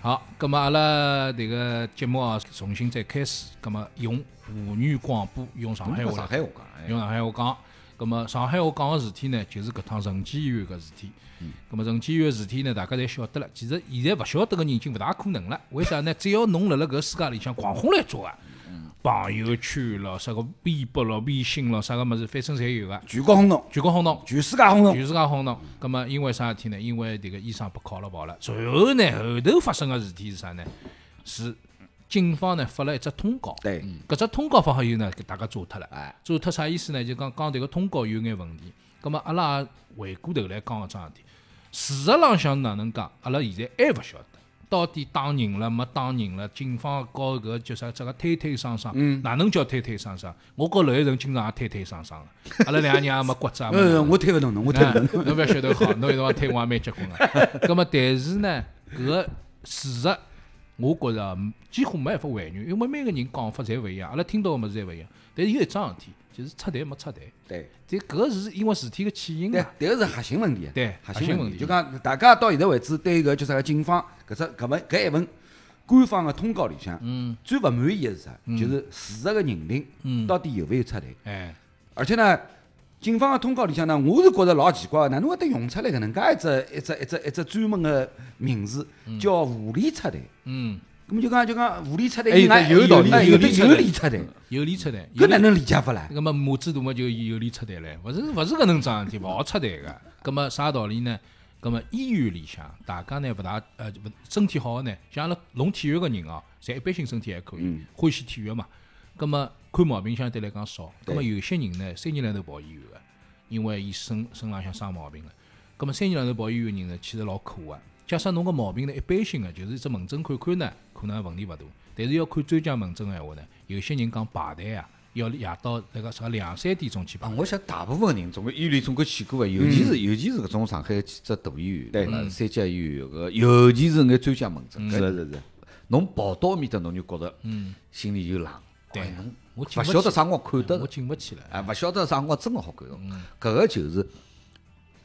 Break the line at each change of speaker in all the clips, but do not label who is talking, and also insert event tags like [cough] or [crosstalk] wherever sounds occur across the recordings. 好，葛么阿拉迭个节目啊，重新再开始，葛么用沪语广播，用上海
侬
话
上
来
海话讲，
用
哎
上海话讲。咁么上海话讲个事体呢，就是搿趟陈建远搿事体。咁么陈建远个事体呢，大家侪晓得了。其实现在勿晓得个人已经勿大可能了。为啥呢？只要侬辣辣搿世界里向狂轰滥炸啊，朋友圈咯、啥个微博咯、微信咯、啥个物事，反正侪有个，
全国轰动，
全国轰动。
全世界轰动，
全世界轰动。咁么因为啥事体呢？因为迭个医生被铐了跑了。随后呢，后头发生个事体是啥呢？是警方呢发了一只通告。
对，
搿只通告发好以后呢，给大家做脱了。
哎，
做脱啥意思呢？就讲讲迭个通告有眼问题。咁啊么阿拉也回过头来讲搿桩事体，事实浪向哪能讲？阿拉现在还勿晓得到底打人了没打人了？警方告搿叫啥？这个推推搡
嗯
搿哪能叫推推搡搡？我告娄一成经常也推推搡搿，阿拉两个人也没骨折。也没
[laughs] 呃，我推勿动侬，我推
哎
勿动侬，
侬勿要晓得好，侬有辰光推我也蛮结棍个。葛么，但是呢，搿个事实，我觉着啊几乎没办法还原，因为每个人讲法侪勿一样，阿拉听到个物事侪勿一样。但是有一桩事体，就是出台没出台，
对。
但搿个是因为事体个起因
对
啊。，
迭个是核心问题。
对
核
核心
心
问
问
题
题。就讲大家到现在为止，对搿叫啥个警方搿只搿份搿一份官方个通告里向，
嗯
最勿满意个是啥？就是事实个认定到底有勿有出台？
哎，
而且呢，警方个通告里向呢，我是觉着老奇怪个，哪能会得用出来搿能介一只一只一只一只专门个名词叫无理出台？
嗯，
咁么就讲就讲无理出台
哎
以外，
有道理
哎
有
有
理
理
出台
有理出台，
有理出台，有
搿
理
哪能理解法啦？
那么马子大嘛就有理出台唻，勿是勿是搿能桩事体，勿好出台个。葛么啥道理呢？葛么医院里向大家呢勿大呃勿身体好个呢，像阿拉弄体育个人哦，侪一般性身体还可以，欢喜体育嘛。葛么看毛病相对来讲少，葛么有些人呢三年两头跑医院个，因为伊身身浪向生毛病了。葛么三年两头跑医院个人呢，其实老可恶个。啊假使侬个毛病呢一般性个，就是只门诊看看呢，可能问题勿大。但是要看专家门诊个闲话呢，有些人讲排队啊，要夜到那个啥两三点钟去排
啊，。我想大部分人总归医院里总归去过个，尤其是尤其是搿种上海几只大医院，
对
伐？三甲医院搿，尤其是眼专家门诊，
是
搿
是是，
侬跑到埃面搭侬就觉着，嗯，心里就冷，
对
哎侬
我嗯
勿晓得啥辰光看
我
得，
进勿去了。
哎，勿晓得啥辰光真个好看到，搿个就是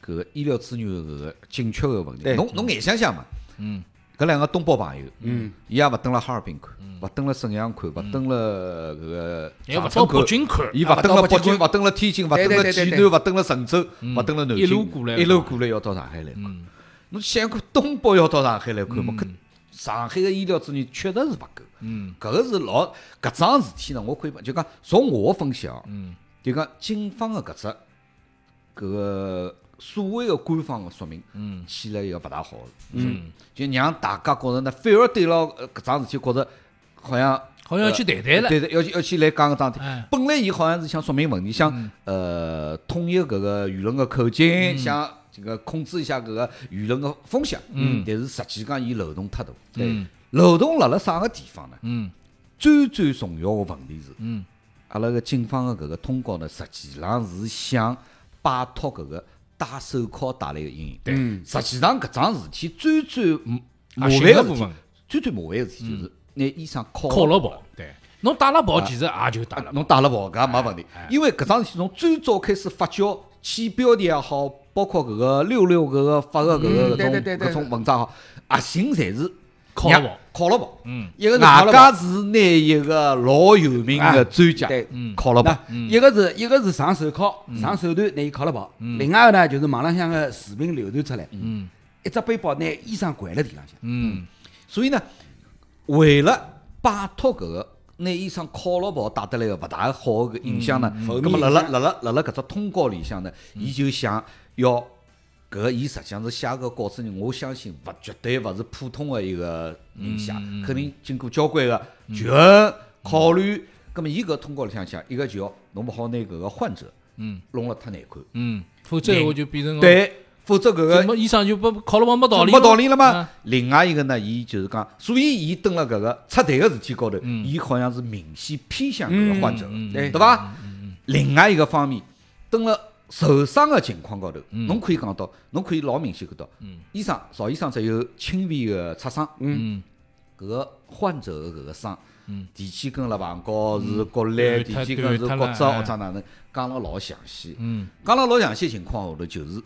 搿个医疗资源搿个紧缺个问题。
对
侬侬眼想想嘛，
嗯，
搿两个东北朋友，嗯，伊也勿蹲辣哈尔滨看，勿蹲辣沈阳看，勿蹲辣搿个
也勿
长
到北。
春看
京看，
伊
啊
勿
勿
登
到
了
北
北京，
京
勿登了天津，勿
对
登了
对
济
对对
南，勿登了郑州，勿登了南
一
京，
路过来
一路过来要到上海来看。侬想看东北要到上海来看嘛？搿上海个医疗资源确实是勿够。
嗯，
搿个是老搿桩事体呢，我可以就讲从我分析哦，
嗯，
就讲警方个搿只搿个所谓个官方个说明，嗯，起了一个勿大好，嗯，就让大家觉着呢，反而对牢呃搿桩事体觉着好像
好像要去谈谈了。
对对，要去要去来讲搿桩事体
哎。嗯
本来伊好像是想说明问题，想呃统一搿个舆论个口径，想这个控制一下搿个舆论个风向。嗯，但是实际讲伊漏洞太大。
嗯，
漏洞辣辣啥个地方呢？
嗯
最最重要个问题是，
嗯，
阿拉个警方个搿个通告呢，实际上是想摆脱搿个戴手铐带来个阴影。对，实际上搿桩事体最最麻
啊
麻
新嗯
烦
的
个
部
事
分嗯
体，最最麻烦个事体就是拿医生铐
靠了跑。对，侬打了跑，
啊
其实也就打了跑。
侬打了跑，搿也没问
哎
题。因为搿桩事体从最早开始发酵，起标题也好，包括搿个六六搿个发个搿个
嗯对对
搿
对
种
对
搿种文章也好，核心侪是
靠了跑
让靠了跑。
嗯，
一个是
外
靠了跑
加是拿一个老有名的专家
啊对
靠了跑
那。一个是一个是上手铐、上手段拿伊铐了跑，另外个呢就是网浪向个视频流传出来，一只背包拿医生掼了地浪向，
嗯
所以呢，为了摆脱搿个拿医生靠了跑带得来个勿大好个影响呢，
嗯
那么辣辣
嗯
辣辣辣辣搿只通告里向呢，伊就想要搿个伊实际上是写个稿子，我相信勿绝对勿是普通个一个人写，
嗯
肯定经过交关个权衡考虑。葛么伊搿通告里向写，一个就要侬勿好拿搿个患者
嗯
弄了太难看，
嗯，否则闲话就变成
对，否则搿
个，
个
什么医生就不靠了跑没道理，
没道理了
嗯
嘛。另外一个呢，伊就是讲，所以伊登了搿个出台个事体高头，伊好像是明显偏向搿个患者
嗯嗯嗯嗯，嗯
对伐？另外一个方面，登了受伤个情况高头，
嗯
侬可以讲到，侬可以老明显看到，医生赵医生只有轻微个擦伤，
嗯，
搿个患者个搿个伤，第几根肋旁高是
嗯
骨裂，
断脱
第几根是
断
骨
脱
折哦
了
或者哪能，讲了老详细，
嗯
讲了老详细情况下头就是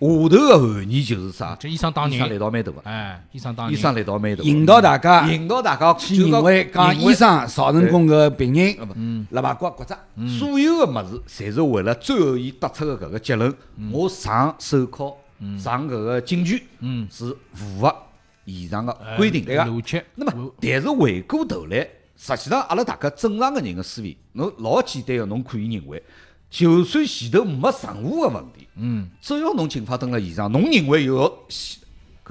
头个含义就是啥？
就医生打
医生力
人，
道蛮大个，
哎，医生打人，
医生力道蛮大个，
引导大家
引导大家
去
就
认为讲
认为
医生造成公个病
啊不
人，辣外国国家，
嗯所有个物事，侪是为了最后伊得出个搿个结论。我上手铐，上搿个警句，
嗯
是符合现场个规定
哎
个。
逻辑。
那么，但是回过头来，实际上阿拉大家正常个人个思维，侬老简单个，侬可以认为，就算前头没任何个问题，
嗯，
只要侬警方蹲辣现场，侬认为有搿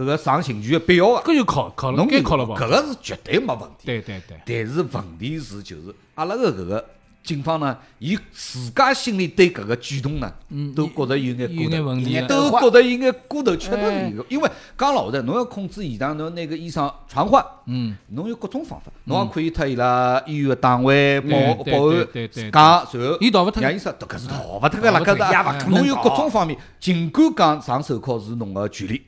个上刑具个必要啊个，
搿就考考了，
侬
该
认
考了
为
吧？
搿个是绝对没问题。
对对对，
但是问题是，就是阿拉个搿个警方呢，伊自家心里对搿个举动呢，都觉着有眼
嗯有眼
过
问题
头，
了哎
都觉着有眼过头，吃得有。因为讲老实的，侬要控制现场，侬那个医生传唤，
嗯，
侬有各种方法，侬也可以脱伊拉医院个单位保
对
保安
对对对对
讲，然后
伊逃勿脱
让医生，搿是逃勿脱个啦，
逃
搿
勿脱也勿可
是侬有各种方面，尽管讲上手铐是侬个权利，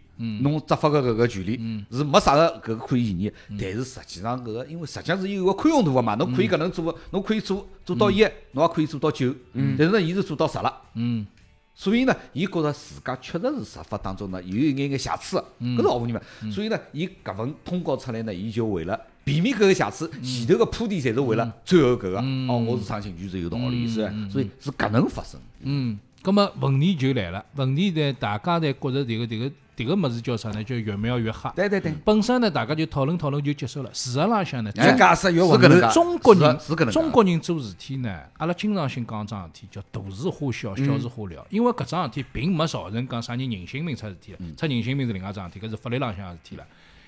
侬执法个搿个权利是没啥个搿个可以疑义，但是实际上搿个，因为实际上是有个宽容度个嘛，侬可以搿能做，侬可以做做到一，侬也可以做到九，但是呢，伊是做到十了。
嗯，
所以呢，伊觉着自家确实是执法当中呢有一眼眼瑕疵的，搿是毫无疑问。所以呢，伊搿份通告出来呢，伊就为了避免搿个瑕疵，前头个铺垫侪是为了最后搿个哦，我是上刑具是有道理，是吧？所以是搿能发生。
嗯，葛么问题就来了，问题呢，大家侪觉着迭个迭个迭个物事叫啥呢？叫越描越黑。
对对对，
本身呢，大家就讨论讨论就接受了。事实浪向呢，
越
哎
解释越
是
混
搿能
乱
介。
中国人
是是搿能介
中国人做事体呢，阿拉经常性讲桩事体叫大事化小，小事化了。因为搿桩事体并没造成讲啥人人性命出事体了，出人性命是另外桩事体，搿是法律浪向个事体了。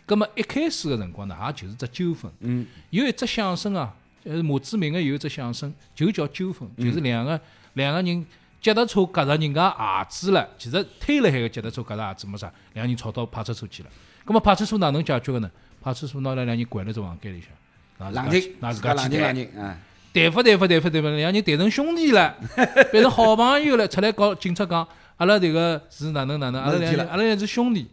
葛末一开始个辰光呢，也就是只纠纷。嗯，有一只相声啊，呃，马志明个有一只相声就叫纠纷，就是两个两个人。脚踏车夹着人家鞋子了，其实推了海个脚踏车夹着鞋子没啥，两个人吵到派出所去了。葛末派出所哪能解决个呢？派出所拿了两人关了只房间里向，拿自
冷
家
静，
拿自家
冷
去
静
谈
冷。静，嗯，
对付对付对付对付，两人谈成兄弟了，变成好朋友了，出来告警察讲，阿拉迭个是哪能哪能，阿拉
没事
两
体
人阿拉两是兄弟。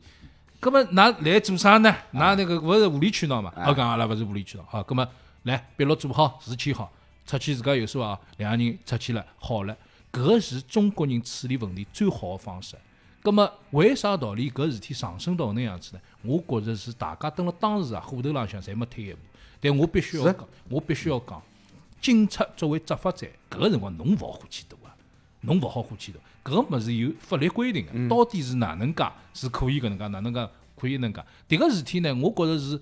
葛么，㑚来做啥呢？㑚那个勿是无理取闹嘛？我讲阿拉勿是无理取闹，好，葛么来笔录做好，事签好，出去自家有数啊。两个人出去了，好了，搿个是中国人处理问题最好的方式。葛么，为啥道理搿事体上升到那样子呢？我觉着是大家蹲辣当时啊，虎头浪向侪没退一步。但我必须要讲，我必须要讲，警察作为执法者，搿个辰光侬勿好火气大啊，侬勿好火气大。搿个物事有法律规定个，到底是哪能介是可以搿能介，哪能介可以能介。迭个事体呢，我觉着是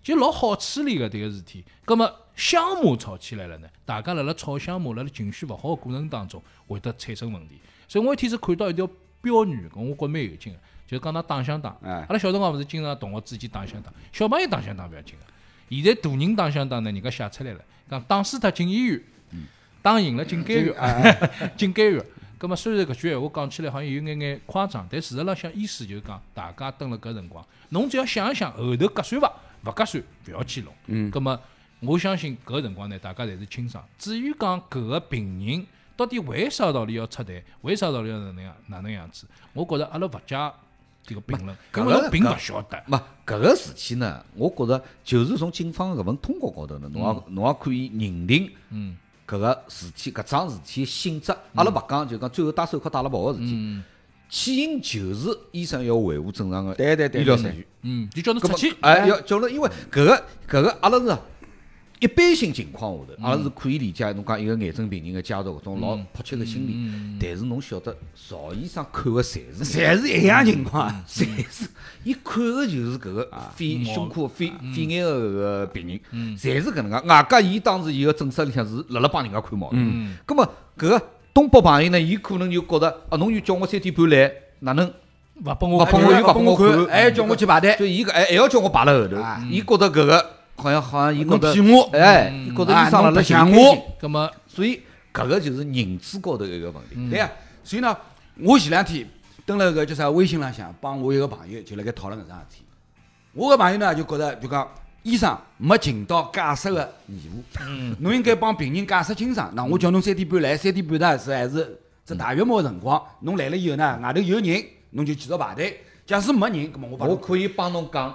就老好处理个迭个事体。葛么相骂吵起来了呢，大家辣辣吵相骂，辣辣情绪勿好个过程当中，会得产生问题。所以我一天是看到一条标语，我觉着蛮有劲个，就是讲㑚打相打。
哎
阿拉小辰光勿是经常同学之间打相打，小朋友打相打勿要紧个。现在大人打相打呢，人家写出来了，讲打死他进医院，打赢了进监狱，
哎
[laughs] 进监狱。葛么虽然搿句闲话讲起来好像有眼眼夸张，但事实浪向意思就是讲，大家蹲辣搿辰光，侬只要想一想后头合算伐，勿合算勿要去弄。嗯，葛么我相信搿辰光呢，大家侪是清爽。至于讲搿个病人到底为啥道理要出台，为啥道理要哪能样哪能样子，我觉着阿拉勿加这个评论，因
搿
为
个
侬并勿
搿
晓得。
没搿个事体呢，我觉着就是从警方搿份通告高头呢，侬
嗯
也侬也可以认定，嗯，搿个事体搿桩事体的性
嗯
质，阿拉勿讲就讲最后戴手铐戴了跑个事体，起因就是医生要维护正常个
对对对，
医疗
对
程
对
序，
嗯，就叫侬
搿
出
么
去。
哎，要叫了，因为搿个搿个阿拉是一般性情况下
嗯
头，阿拉是可以理解侬讲一个癌症病人个家属搿种老迫切个心
嗯
理，但是侬晓得赵医生看个侪是
侪是一样情况，
侪是，伊看个就是搿个
啊嗯
肺胸口肺肺癌个搿个病人，侪是搿能介。外加伊当时伊个诊室里向是辣辣帮人家看毛病，嗯，葛末搿个东北朋友呢，伊可能就觉着啊，侬又叫我三点半来，哪能？
勿拨
勿
我
拨
看
我
又
又勿拨
我
我看
还要叫我去排队，
就伊搿还还要叫我排辣后头
哎啊，
伊觉着搿个好像好像伊觉
侬
着
骗我，
哎，伊觉着
啊
医生辣
侬白
辣
相
寻
我嗯
开心，
葛么
所以搿个就是认知高头一个问题。
对呀。所以呢，我前两天登了个叫啥微信浪向，帮我一个朋友就辣盖讨论搿桩事体。我个朋友呢就觉着就讲，医生没尽到解释个义务，侬应该帮病人解释清爽。那我叫侬三点半来，三点半呢是还是只大约么辰光，侬来了以后呢，外头有人，侬就继续排队。假使没人，葛么我帮
我
侬
可以帮侬讲，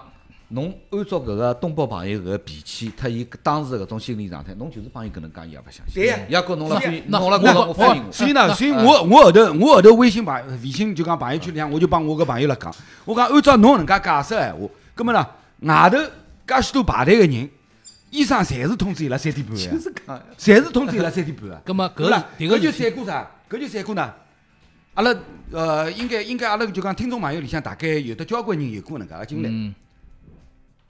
侬按照搿个东北朋友搿个脾气，特伊当时搿种心理状态，侬就是帮伊搿能讲，伊也勿相信。
对呀
伊也觉得侬辣
是呀
翻译，
那
侬辣
那
觉啊得我翻译我。
所以呢，所以我我后头我后头微信朋微信就讲朋友圈里向，我就帮我个朋友辣讲，我讲按照侬能介解释闲话，葛么呢，外头介许多排队个人，医生侪是通知伊拉三点半个呀，
就是讲，
侪是通知伊拉三点半个。
葛么
搿
[laughs] 搿迭个
就
事体
闪过啥？搿就闪过呢。阿拉呃，应该应该阿拉就讲听众朋友里向大概有得交关人有过搿能介个经历。
嗯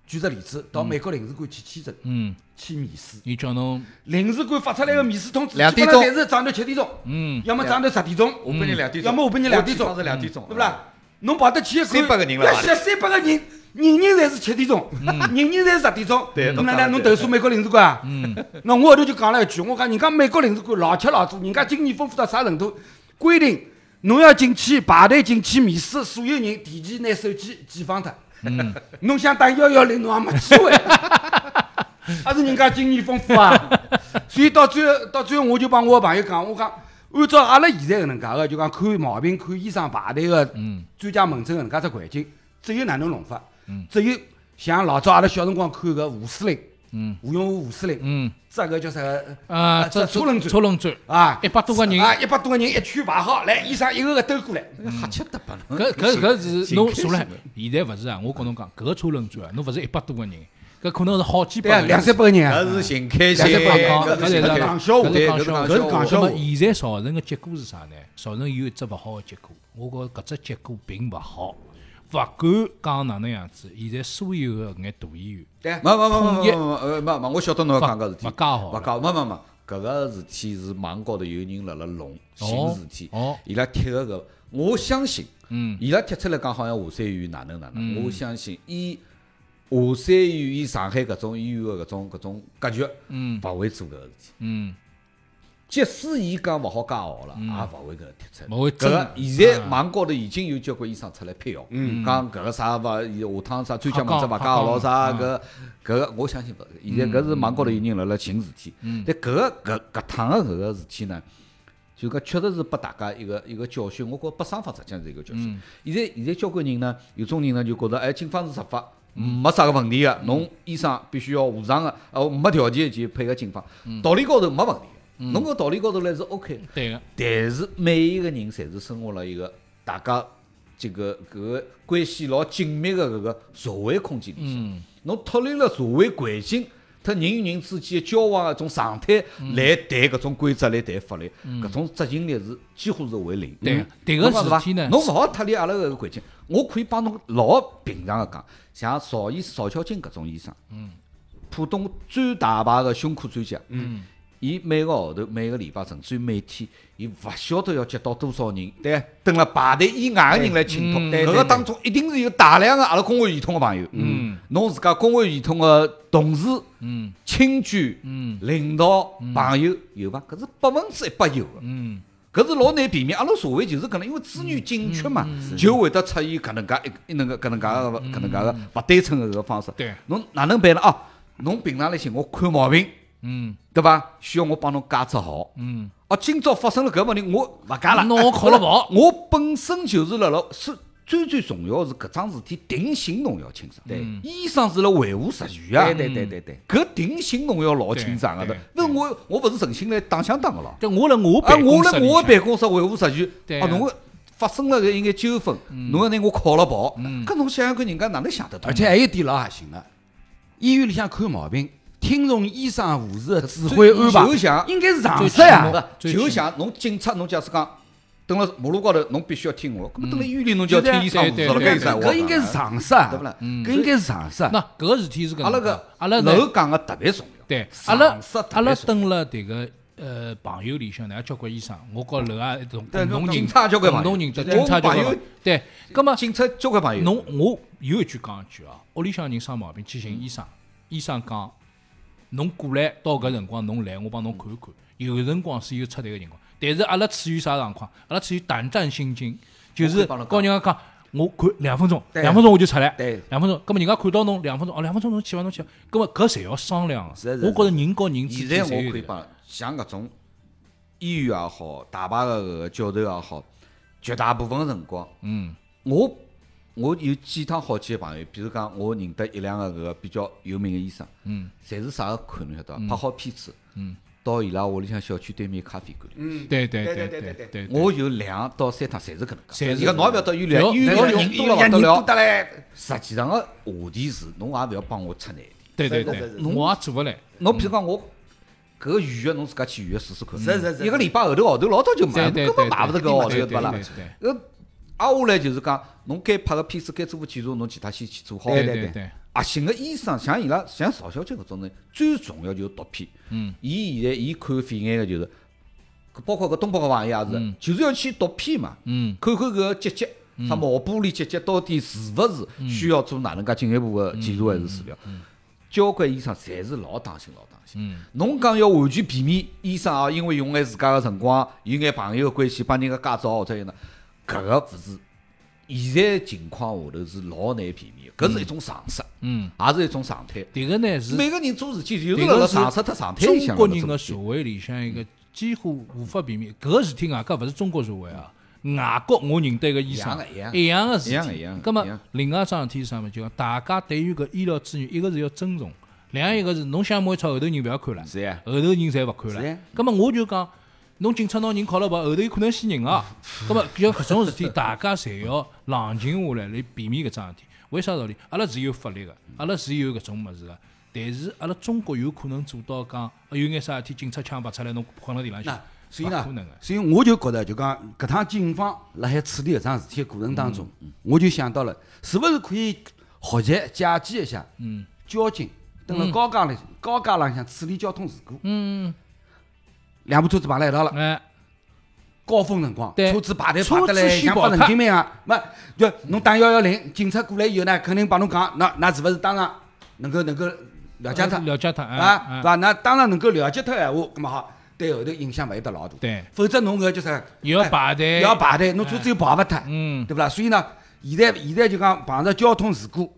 举只例子，到美国领事馆去签证、
嗯，
签面试，
伊叫侬
领事馆发出来个面试通知，
两
基
点
本上
钟
侪是早上头七点钟，
嗯
要么早上头十点钟，
我半夜两点钟，
嗯要么我半夜两点钟嗯
我去趟是两点钟，
对不啦？侬跑得去一看，
三百个人了吧
要三百个人，人人侪是七点钟，人人侪是十点钟。
对
那么
侬
呢，
讲
侬
对
投诉美国领事馆啊？
嗯，
那我后头就讲了一句，我讲人家美国领事馆老吃老住，人家经验丰富到啥程度？规定侬要进去排队进去面试，所有人提前拿手机寄放脱。侬想打幺幺零，侬也没机会。还是人家经验丰富啊。 [laughs] 所以到最后，到最后我就帮我朋友讲，我讲按照阿拉现在搿能介个，就讲看毛病、看医生排队个专家门诊搿能介只环境，只有哪能弄法？只有像老早阿拉小辰光看个吴司令，
嗯
吴用武吴司令，
嗯
这个叫啥个
啊，
这
这
车轮战
车轮战，
啊？
一百多个人，
啊，一百多个人一区排好，来医生一个个兜过来。
瞎吃得吧？
搿搿搿是侬
哎开
说
心
了，现在勿是啊，我跟侬讲，搿车轮战啊，侬勿是一百多个人，搿可能是好几
对啊，
百个
两
人。
三百个人啊。
搿是寻开心，
两三百
讲搿
搿是
才
寻
是
讲
开心。
讲笑
搿
话
是
对搿是
笑话，搿
讲
是
笑话
笑话。现在造成个结果是啥呢？造成有一只勿好个结果，我觉着搿只结果并勿好。勿管讲哪能样子，现在所有个搿眼大医院，
对啊
没没没
统
没
一
没没没没，我晓得侬要讲搿事体，
勿勿讲好
勿讲，没没没，搿个事体是网高头有人辣辣弄寻事体
哦，
伊拉贴个搿，我相信，
嗯，
伊拉贴出来讲好像华山医院哪能哪能，我相信伊华山医院、伊上海搿种医院个搿种搿种格局，
嗯
勿会做搿个事体。
嗯，
即使伊讲勿好加号了，也勿会搿能贴出来。
勿会
搿
真
个现
啊
在网高头已经有交关医生出来辟谣，哦讲搿个啥勿，下趟啥专家门诊
瞎嗯讲嗯
勿加号咯啥
瞎
搿搿个我相信勿。现在搿是网高头有人辣辣寻事体，
嗯
但搿个搿搿趟个搿个事体呢，就讲确实是拨大家一个一个教训，我觉着拨双方实际上是一个教
嗯
训。现在现在交关人呢，有种人呢就觉着，哎，警方是执法。
嗯
没啥个问题个，侬医生必须要无偿个，哦，没条件就配合警方。
嗯
道理高头没问题个，侬搿道理高头来是 OK 个。
对个，
但是每一个人侪是生活辣一个大家这个搿个关系老紧密个搿个社会空间里向
嗯，
侬脱离了社会环境，和人与人之间的交往的种常态来谈搿种规则来谈法律，搿种执行力是几乎是为零。
嗯对
嗯
迭个
侬讲是伐
事体呢
侬勿好脱离阿拉搿个环境。我可以帮侬老平常个讲，像邵医邵小金搿种医生，浦东最大牌个胸科专家，嗯，伊每个号头、每个礼拜，甚至于每天，伊勿晓得要接到多少人，
对啊
蹲辣排队以外个人来请托，
嗯对
搿
对
个
对
当中一定是有大量个阿拉公安系统个朋友，
嗯，
侬自家公安系统个同事、
嗯
亲眷、
嗯
领导、朋友有伐？搿是百分之一百有个。
嗯
搿是老难避免，阿拉社会就是搿能，因为资源紧缺嘛，
嗯
就会得出现搿能介一一能个搿能介个搿能介个勿对称个搿个方式。
对
侬哪能办呢？啊，侬平常来寻我看毛病，
嗯
对伐？需要我帮侬解只好。
嗯，
哦，今朝发生了搿问题，我勿解了。
那我考了勿好，
[laughs] 我本身就是辣辣是最最重要是搿桩事体定性侬要清爽。
对
医生是辣维护秩序啊。
对对对对对，
搿定性侬要老清爽个
对
的
对，
那我我勿是诚心来打相打个咯。
就我辣我
啊，
办
我
公室
辣
里
我
向
的办公室维护秩序
对，
啊，
啊嗯
侬个发生了搿一眼纠纷，侬要拿我铐了跑，搿侬想想看，人家哪能想得到
而？且还有一点老吓心个，医院里向看毛病，听从医生、护士的指挥安
就
排，
像
应该是常
最
识呀
起码。
不是啊就像侬警察，侬假使讲蹲辣马路高头，侬必须要听我，搿么蹲辣医院里侬就要听医生护士
对
了，
对对
搿
意思
搿应
有啥话讲
该是
啊
常识啊，
对不啦嗯
搿应该是常识啊。
[laughs] 那搿个事体是搿
阿拉
能介
搿
阿拉呢
楼讲个特别重要。
对，阿
常
拉
识特别
阿拉
重要
蹲辣迭个呃朋友里向呢，也交关医生，我和楼下一种呃
对
共同
侬
认
警察交关
共同
朋友
认得
就是
警察交
我
关朋
朋友
友对，葛末
警察交关朋友，
侬我有一句讲一句啊，屋里向人生毛病去寻医生，医生讲侬过来到搿辰光侬来，我帮侬看一看。有辰光是有出台个情况，但是阿拉处于啥状况？阿拉处于胆战心惊，就
我可
是
以帮侬
告人家讲。我看两分钟，
对
两分钟我就出来，
对
两分钟。葛么人家看到侬两分钟，哦，两分钟侬去伐？侬去伐，葛么搿侪要商量个。
是是
我觉着人和人之
现
间
在
侪
我
有
可以
迭个。
帮像搿种医院也好，大牌个搿个教头也好，绝大部分辰光，
嗯
我我有几趟好几个朋友，比如讲我认得一两个搿个比较有名个医生，
嗯，
侪是啥个看侬晓得伐？拍好片子，
嗯，
到伊拉屋里向小区对面咖啡馆里，
嗯，
对对
对
对
对对
对，
我有两到三趟侪是搿能
侪
介。
是
伊讲侬也勿要到医院来，
有
医院
有
里
有
人多了勿得
人多
了。
得嘞，
实际上个话题是，侬也勿要帮我出难题。
对对
是
对
是是，
我也做勿来，
侬譬如讲我。搿个预约侬自家去预约试试看，
是是是
一个礼拜后头号头老早就买，
对对
根
对，
本买勿着
对
搿个号头
对
对
对
伐啦？
对对
搿挨下呃啊来就是讲，侬该拍个片子，该做个检查，侬其他先去做好。
对对对，
核心啊个医生，像伊拉像邵小姐搿种人，最重要就是读片。
嗯，
伊现在伊看反眼个就是，搿包括搿东北个朋友也是，就是要去读片嘛，
嗯
看看搿个结节，啥毛玻璃结节到底是勿
嗯
是需要做哪能介进一步个检查还是治疗？嗯交关医生侪是老当心老当心。
嗯，
侬讲要完全避免医生啊，因为用眼自家个辰光，有眼朋友个关系帮人家介招或者有呢，搿个勿是。现在情况下头是老难避免的，搿是一种常识，
嗯，
也是一种常态。
迭个呢是
每个人做事体就是
迭
辣
个
辣
是
常识和常态里
中
向
国
辣
人
做
的
事体
社会里向一个几乎无法避免，搿个事体外加勿是中国社会啊，外国我认得一个医生
一样的
一样个事
一样的
体
一样的。
葛
一
么
样
另外一桩事体是啥么？就讲大家对于搿医疗资源，一个是要尊重，另一个是侬想摸一撮后头人勿要看了，
是呀，
后头人侪勿看
是
了
呀。
葛么啊我就讲，侬警察拿人铐了跑，后头有可能死人
[laughs]
啊。葛么像搿种事体，大家侪要冷静下来来避免搿桩事体。为啥道理？阿拉是有法律个，阿拉是有搿种物事个。但是阿拉中国有可能做到讲，啊有眼啥事体，警察枪拔出来，侬困辣地浪向
那，所以
勿可能
呢
个，。
所以我就觉得就讲搿趟警方辣海处理搿桩事体的过程当中，我就想到了，是勿是可以学习借鉴一下
嗯
交警蹲辣高架里高架浪向处理交通事故，
嗯，
两部车子碰辣一道了。
哎，
高峰辰光，
对
车子排队
车
排得来
子先
像
跑
发
脱
神经病啊！没，就侬打幺幺零，警察过来以后呢，肯定帮侬讲，那那是勿是当场能够能够了解他
了解他
啊，对
啊，哎
伐？那当然能够了解他闲话，那么好，对后头影响勿会得老大。
对，
否则侬搿就是
又要
哎
排队，
也要排队，侬车子又跑勿脱，
嗯
对勿啦？所以呢，现在现在就讲碰着交通事故，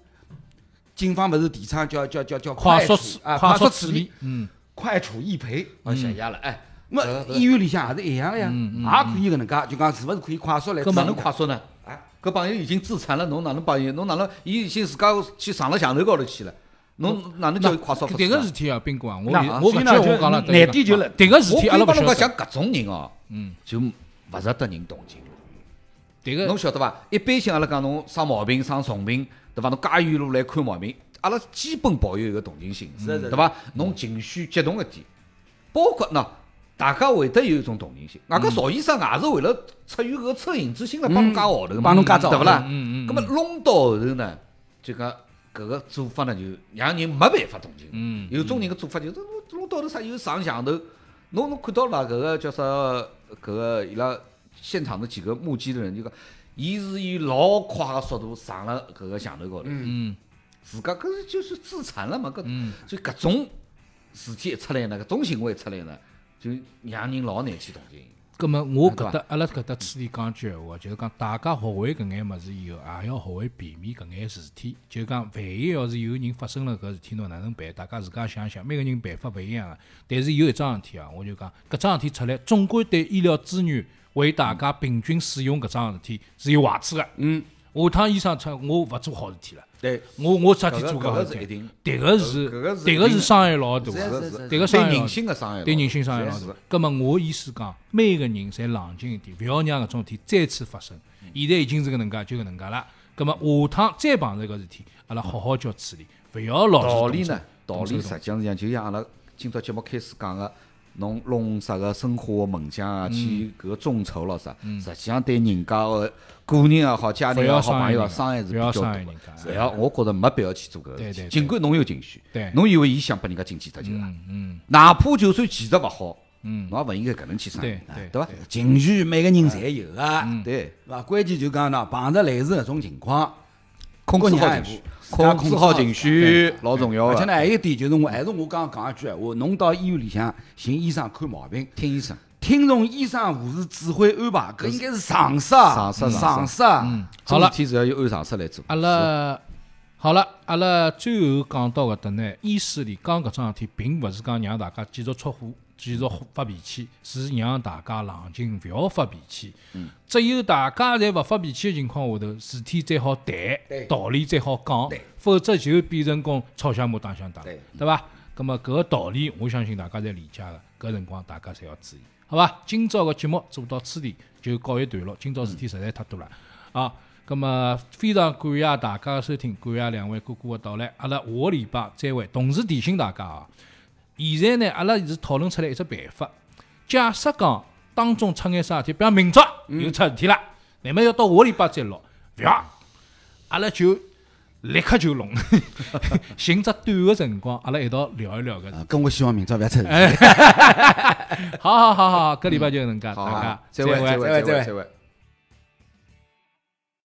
警方勿是提倡叫叫叫叫
快速处
速啊，
快
快
速
处
处理，，嗯
快处易赔。
我想压了，哎，
么
呃
医院里向也是一样的呀，
嗯嗯
也可以搿能介，就讲是勿是可以快速来
搿
处
哪
理
能快速呢？
啊
搿朋友已经自残了，侬哪能帮伊？侬哪能？伊已经自家去上了墙头高头去了，侬哪能叫伊快速
搿
复
迭个
苏
事
呢
体啊，斌哥啊，我
那
也
啊
我搿
所以呢
句我
就
讲了，
难点就辣
迭个事体，阿拉
我
勿
可
晓得
以帮侬讲，。像搿种人哦，
嗯，
就勿值得人同情。
迭个
侬晓得伐？一般性阿拉讲侬生毛病、生重病，对伐？侬家远路来看毛病，阿拉基本抱有一个同情心，
是是
对伐？侬情绪激动一点，包括喏，大家会得有一种同情心。
嗯
外加邵医生也是为了出于搿个恻隐之心来帮侬加号头嘛，
帮侬加号头
对勿啦？
嗯嗯嗯
咁么啊弄到后头呢，就讲搿个做法呢，就让人没办法同情。
嗯
有种人个做法就是侬弄到头啥又上墙头，侬侬看到了伐？搿个叫啥？搿个伊拉现场的几个目击的人就讲，伊是以老快个速度上了搿个墙头高头，
嗯
自家搿是就是自残了嘛？搿
嗯
所以搿种事体一出来呢，搿种行为一出来呢，就让人老难去同情。
咁么我
对
搿
伐
搭阿拉搿搭处理讲句闲话，就是讲大家学会搿眼物事以后，也要学会避免搿眼事体。就是讲，万一要是有人发生了搿事体，侬哪能办？大家自家想想，每个人办法勿一样个。啊但是有一桩事体啊，我就讲搿桩事体出来，总归对医疗资源为大家平均使用搿桩事体是有坏处个。
嗯，
下趟医生出，我勿做好事体了。
对，
我我啥体
搿个
做
搿
好
个
事
是一
体
定，
迭个是
搿搿个是
迭个
一定
是
的
伤害老大
是啊
个，
是啊是啊
迭个
对
伤害老
人
大。
性个伤害，
对人性伤害老
是
大
的。
葛么我意思讲，每个人侪冷静一点，勿要让搿种事体再次发生。
嗯
现在已经是搿能介，就搿能介了。葛么下趟再碰着搿事体，阿拉好好叫处理，勿要哦老是
道
动
理
手
呢，道理实际上是讲，就像阿拉今朝节目开始讲个，侬弄啥个生活个梦想
嗯
啊，去搿个众筹咯啥，实际上对人家个个人也好，家庭也好，
不要伤害
朋友也
人
啊好
家
伤害是比
不要伤
较大
害
个
人家。
勿要，我觉着没必要去做搿
对
个事
对对
体。尽管侬有情绪
对，
侬以为伊想拨人家进去脱就啊，
嗯嗯，
哪怕就算技术勿好，侬也勿应该搿能去伤害
对
人家，
对嗯
对伐？
情绪每个人侪有啊，
对，
是伐？关键就讲呢，碰着类似搿种情况，
控制好
人
情
也
绪，
自家
控制好情绪老重要啊
而且
个。
呢，还有一点就是我还是我刚刚讲一句闲话，侬到医院里向寻医生看毛病，
听医生，
听从医生护士指挥安排，搿应该是常识啊，
常识嗯
常识啊。
好了
做事体是要有按常识来做。
阿拉好了，阿拉最后讲到搿搭呢，医师里讲搿桩事体，并勿是讲让大家继续错火，继续
嗯
发脾气，是让大家冷静，勿要发脾气。
嗯
只有大家侪勿发脾气的情况下头，事体再好谈
对，
道理再好讲
对，
否则就变成讲吵相骂打相打，
对
对伐？咁么搿个道理，我相信大家侪理解的。搿辰光大家侪要注意，好伐？今朝个节目做到此地就告一段落，今朝事体实在太多了啊！咁么非常感谢大家的收听，感谢两位哥哥的到来，阿拉下个礼拜再会。同时提醒大家啊，现在呢，阿拉是讨论出来一只办法。假设讲当中出眼啥事体，比方明朝
嗯
又出事体了，那么要到下个礼拜再录，勿要，阿拉就立刻就
[laughs]
弄，寻只短个辰光，阿拉一道聊一聊搿事。
啊，跟我希望明朝不要出事体。
好好好好，搿礼拜就搿能介，
好
大
好
家
再会
会
再会
再会
再会。